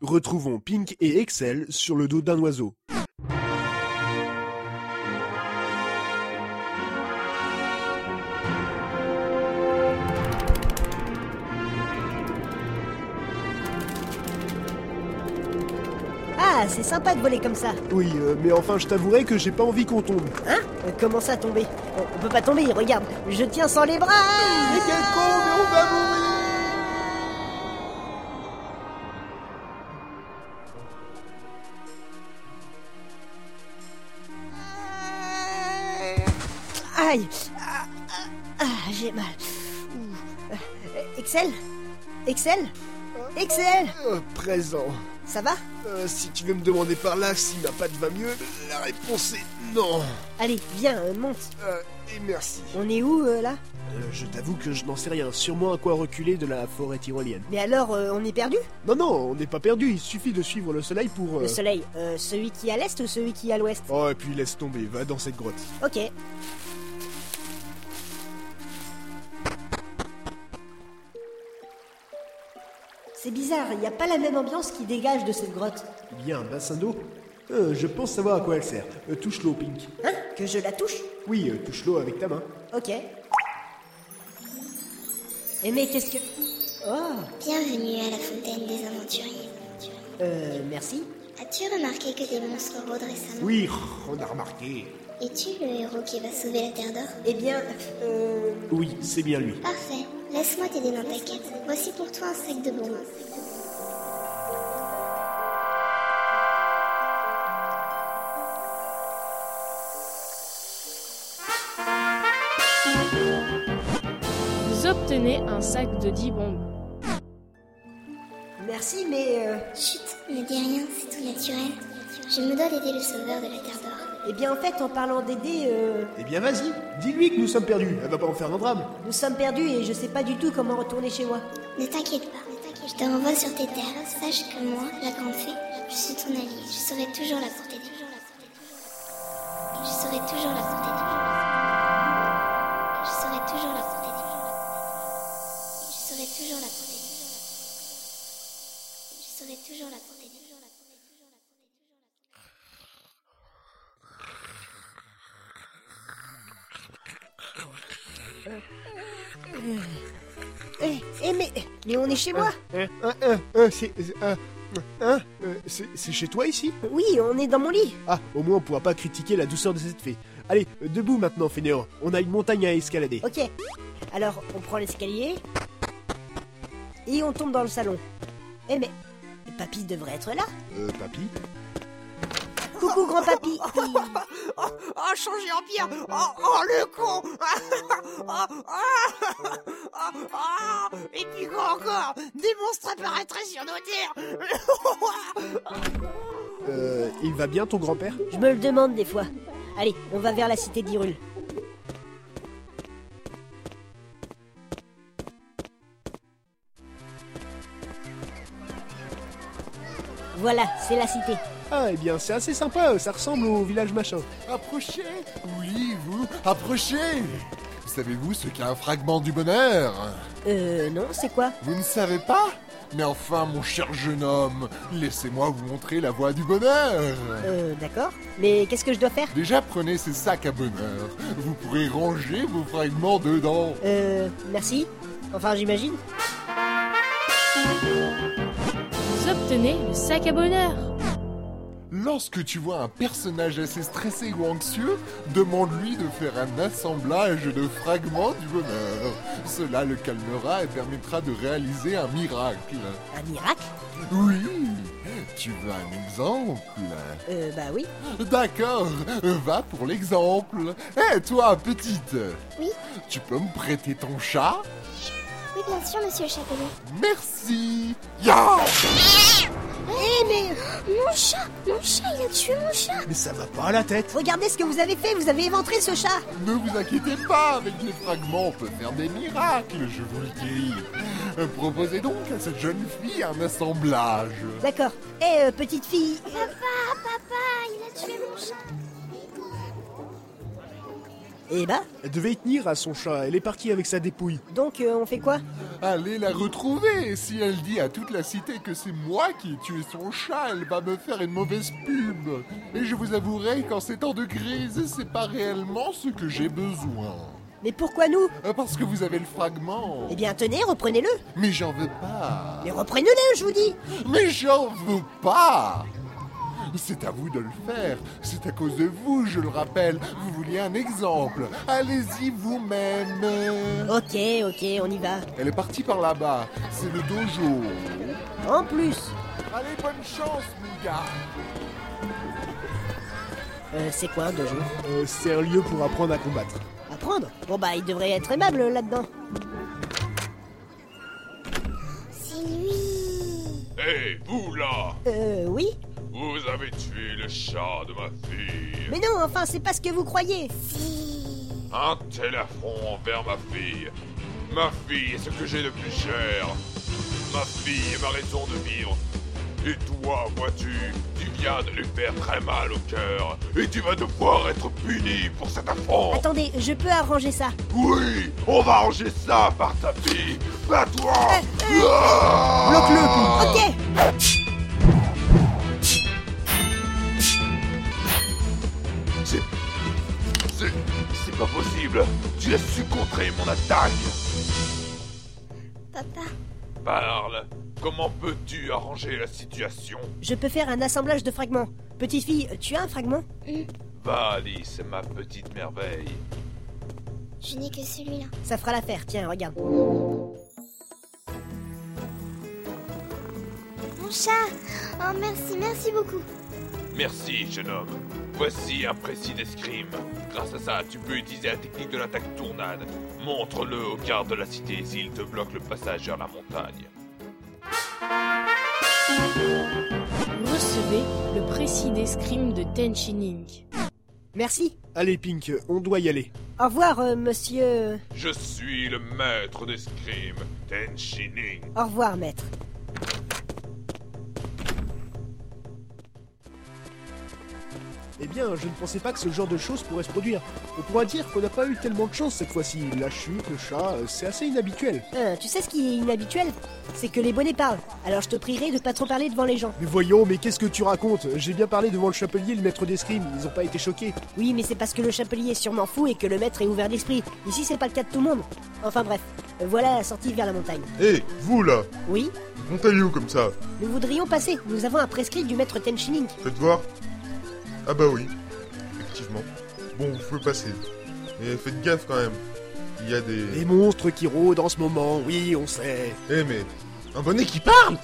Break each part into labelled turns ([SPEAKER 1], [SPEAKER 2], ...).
[SPEAKER 1] Retrouvons Pink et Excel sur le dos d'un oiseau.
[SPEAKER 2] Ah, c'est sympa de voler comme ça.
[SPEAKER 1] Oui, euh, mais enfin, je t'avouerai que j'ai pas envie qu'on tombe.
[SPEAKER 2] Hein Euh, Comment ça tomber on, on peut pas tomber, regarde. Je tiens sans les bras.
[SPEAKER 1] Mais quel con, mais on va mourir
[SPEAKER 2] Aïe Ah, ah, ah, j'ai mal. Ouh. Euh, Excel Excel Excel
[SPEAKER 1] Euh, Présent.
[SPEAKER 2] Ça va
[SPEAKER 1] Euh, si tu veux me demander par là si ma patte va mieux, la réponse est non.
[SPEAKER 2] Allez, viens, euh, monte.
[SPEAKER 1] Euh, et merci.
[SPEAKER 2] On est où euh, là
[SPEAKER 1] Euh, je t'avoue que je n'en sais rien, sûrement à quoi reculer de la forêt tyrolienne.
[SPEAKER 2] Mais alors, euh, on est perdu
[SPEAKER 1] Non, non, on n'est pas perdu, il suffit de suivre le soleil pour... euh,
[SPEAKER 2] Le soleil, euh, celui qui est à l'est ou celui qui est à l'ouest
[SPEAKER 1] Oh, et puis laisse tomber, va dans cette grotte.
[SPEAKER 2] Ok. C'est bizarre, il n'y a pas la même ambiance qui dégage de cette grotte.
[SPEAKER 1] Il y a un bassin d'eau Euh, Je pense savoir à quoi elle sert. Euh, touche l'eau, Pink.
[SPEAKER 2] Hein Que je la touche
[SPEAKER 1] Oui, euh, touche l'eau avec ta main.
[SPEAKER 2] Ok. Et mais qu'est-ce que... Oh
[SPEAKER 3] Bienvenue à la fontaine des aventuriers.
[SPEAKER 2] Euh, merci.
[SPEAKER 3] As-tu remarqué que des monstres rôdent récemment
[SPEAKER 1] Oui, on a remarqué.
[SPEAKER 3] Es-tu le héros qui va sauver la Terre d'Or
[SPEAKER 2] Eh bien, euh...
[SPEAKER 1] Oui, c'est bien lui.
[SPEAKER 3] Parfait. Laisse-moi t'aider dans ta quête. Voici pour toi un sac de bonbons.
[SPEAKER 4] Vous obtenez un sac de 10 bonbons.
[SPEAKER 2] Merci, mais... euh,
[SPEAKER 3] Chut, ne dis rien, c'est tout naturel. Je me dois d'aider le sauveur de la Terre d'Or.
[SPEAKER 2] Eh bien, en fait, en parlant d'aider, euh,
[SPEAKER 1] Eh bien, vas-y, dis-lui que nous sommes perdus. Elle va pas en faire un drame.
[SPEAKER 2] nous sommes perdus et je sais pas du tout comment retourner chez moi.
[SPEAKER 3] Ne t'inquiète pas. Je te renvoie sur tes terres. Sache que moi, la grande fée, je suis ton alliée. Je serai toujours là pour t'aider. Je serai toujours là pour t'aider. Je serai toujours là pour t'aider. Je serai toujours là pour t'aider. Je serai toujours là pour t'aider.
[SPEAKER 2] Eh, eh, mais... Mais on est chez moi
[SPEAKER 1] Hein, hein, hein, hein, c'est... c'est- Hein, hein, euh, c'est c'est chez toi, ici
[SPEAKER 2] Oui, on est dans mon lit.
[SPEAKER 1] Ah, au moins, on pourra pas critiquer la douceur de cette fée. Allez, euh, debout maintenant, fainéant. On a une montagne à escalader.
[SPEAKER 2] Ok. Alors, on prend l'escalier. Et on tombe dans le salon. Eh mais, papy devrait être là.
[SPEAKER 1] Euh, papy
[SPEAKER 2] Coucou grand papy.
[SPEAKER 5] Oh, changer en pire Oh, oh le con oh, oh, oh, oh. Et puis quoi encore Des monstres apparaîtraient sur nos terres
[SPEAKER 1] Euh, il va bien, ton grand-père
[SPEAKER 2] Je me le demande des fois. Allez, on va vers la cité d'Irul. Voilà, c'est la cité.
[SPEAKER 1] Ah, eh bien, c'est assez sympa, ça ressemble au village machin.
[SPEAKER 6] Approchez Oui, vous, approchez Savez-vous ce qu'est un fragment du bonheur
[SPEAKER 2] Euh, non, c'est quoi
[SPEAKER 6] Vous ne savez pas Mais enfin, mon cher jeune homme, laissez-moi vous montrer la voie du bonheur
[SPEAKER 2] Euh, d'accord. Mais qu'est-ce que je dois faire
[SPEAKER 6] Déjà, prenez ces sacs à bonheur. Vous pourrez ranger vos fragments dedans.
[SPEAKER 2] Euh, merci. Enfin, j'imagine.
[SPEAKER 4] Vous obtenez le sac à bonheur.
[SPEAKER 6] Lorsque tu vois un personnage assez stressé ou anxieux, demande-lui de faire un assemblage de fragments du bonheur. Cela le calmera et permettra de réaliser un miracle.
[SPEAKER 2] Un miracle
[SPEAKER 6] Oui, tu veux un exemple
[SPEAKER 2] Euh, bah oui.
[SPEAKER 6] D'accord, va pour l'exemple. Hé, toi, petite
[SPEAKER 3] Oui.
[SPEAKER 6] Tu peux me prêter ton chat
[SPEAKER 3] Oui, bien sûr, monsieur le chapelier.
[SPEAKER 6] Merci Ya
[SPEAKER 3] Eh mais mon chat, mon chat, il a tué mon chat.
[SPEAKER 1] Ah, Mais ça va pas à la tête
[SPEAKER 2] Regardez ce que vous avez fait, vous avez éventré ce chat.
[SPEAKER 6] Ne vous inquiétez pas, avec les fragments, on peut faire des miracles, je vous le dis. Euh, Proposez donc à cette jeune fille un assemblage.
[SPEAKER 2] D'accord. Eh, euh, petite fille.
[SPEAKER 3] Papa, papa, il a tué mon chat.
[SPEAKER 2] Eh bah,
[SPEAKER 1] Elle devait y tenir à son chat, elle est partie avec sa dépouille.
[SPEAKER 2] donc euh, on fait quoi
[SPEAKER 6] Allez la retrouver Si elle dit à toute la cité que c'est moi qui ai tué son chat, elle va me faire une mauvaise pub. Et je vous avouerai qu'en ces temps de crise, c'est pas réellement ce que j'ai besoin.
[SPEAKER 2] Mais pourquoi nous
[SPEAKER 6] Euh, Parce que vous avez le fragment.
[SPEAKER 2] Eh bien, tenez, reprenez-le.
[SPEAKER 6] Mais j'en veux pas.
[SPEAKER 2] Mais reprenez-le, je vous dis.
[SPEAKER 6] Mais j'en veux pas c'est à vous de le faire. C'est à cause de vous, je le rappelle. Vous vouliez un exemple. Allez-y vous-même.
[SPEAKER 2] Ok, ok, on y va.
[SPEAKER 6] Elle est partie par là-bas. C'est le dojo.
[SPEAKER 2] En plus,
[SPEAKER 6] Allez, bonne chance, mon gars.
[SPEAKER 2] euh, c'est quoi un dojo
[SPEAKER 1] Euh, c'est un lieu pour apprendre à combattre.
[SPEAKER 2] Apprendre Bon bah, il devrait être aimable là-dedans.
[SPEAKER 3] C'est lui.
[SPEAKER 7] Hé, vous là
[SPEAKER 2] Euh, oui
[SPEAKER 7] Vous avez tué le chat de ma fille
[SPEAKER 2] Mais non, enfin, c'est pas ce que vous croyez.
[SPEAKER 7] Un tel affront envers ma fille Ma fille est ce que j'ai de plus cher Ma fille est ma raison de vivre Et toi, vois-tu, tu viens de lui faire très mal au cœur Et tu vas devoir être puni pour cet affront
[SPEAKER 2] Attendez, je peux arranger ça.
[SPEAKER 7] Oui, on va ranger ça par ta fille Pas toi Ah
[SPEAKER 1] Bloque-le,
[SPEAKER 2] Ok
[SPEAKER 7] C'est... C'est... C'est pas possible Tu as su contrer mon attaque
[SPEAKER 3] Papa,
[SPEAKER 7] Parle Comment peux-tu arranger la situation
[SPEAKER 2] Je peux faire un assemblage de fragments. Petite fille, tu as un fragment
[SPEAKER 7] Va, Bah, Alice, ma petite merveille.
[SPEAKER 3] je n'ai que celui-là.
[SPEAKER 2] Ça fera l'affaire, tiens, regarde.
[SPEAKER 3] Mon chat. Oh, merci, merci beaucoup.
[SPEAKER 7] Merci, jeune homme. Voici un précis d'escrime. Grâce à ça, tu peux utiliser la technique de l'attaque tournade. Montre-le au garde de la cité s'il te bloque le passage vers la montagne.
[SPEAKER 4] Recevez le précis d'escrime de Tenshin Inc.
[SPEAKER 2] Merci.
[SPEAKER 1] Allez, Pink, on doit y aller.
[SPEAKER 2] Au revoir, euh, monsieur.
[SPEAKER 7] Je suis le maître d'escrime, Tenshining.
[SPEAKER 2] Au revoir, maître.
[SPEAKER 1] Eh bien, je ne pensais pas que ce genre de choses pourrait se produire. On pourra dire qu'on n'a pas eu tellement de chance cette fois-ci. La chute, le chat, euh, c'est assez inhabituel.
[SPEAKER 2] Euh, tu sais ce qui est inhabituel C'est que les bonnets parlent. Alors je te prierai de pas trop parler devant les gens.
[SPEAKER 1] Mais voyons, mais qu'est-ce que tu racontes J'ai bien parlé devant le chapelier et le maître d'escrime, ils ont pas été choqués.
[SPEAKER 2] Oui, mais c'est parce que le chapelier est sûrement fou et que le maître est ouvert d'esprit. Ici, c'est pas le cas de tout le monde. Enfin bref, euh, voilà la sortie vers la montagne.
[SPEAKER 8] Hé, Eh, vous là
[SPEAKER 2] Oui
[SPEAKER 8] Montez où comme ça
[SPEAKER 2] Nous voudrions passer. Nous avons un prescrit du maître Tenchining.
[SPEAKER 8] Faites voir Ah bah oui, effectivement. Bon, vous pouvez passer. Mais faites gaffe quand même. Il y a des...
[SPEAKER 1] Les monstres qui rôdent en ce moment, oui, on sait.
[SPEAKER 8] Eh mais... Un bonnet qui parle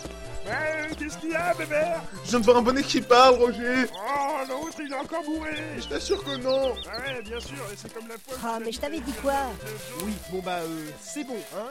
[SPEAKER 7] Qu'est-ce qu'il y a, bébé
[SPEAKER 8] Je viens de voir un bonnet qui parle, Roger
[SPEAKER 7] Oh, l'autre, il est encore bourré
[SPEAKER 8] Je t'assure que non
[SPEAKER 7] Ouais, bien sûr, et c'est comme la fois...
[SPEAKER 2] Ah, mais je t'avais dit quoi
[SPEAKER 1] Oui, bon bah, euh, c'est bon, hein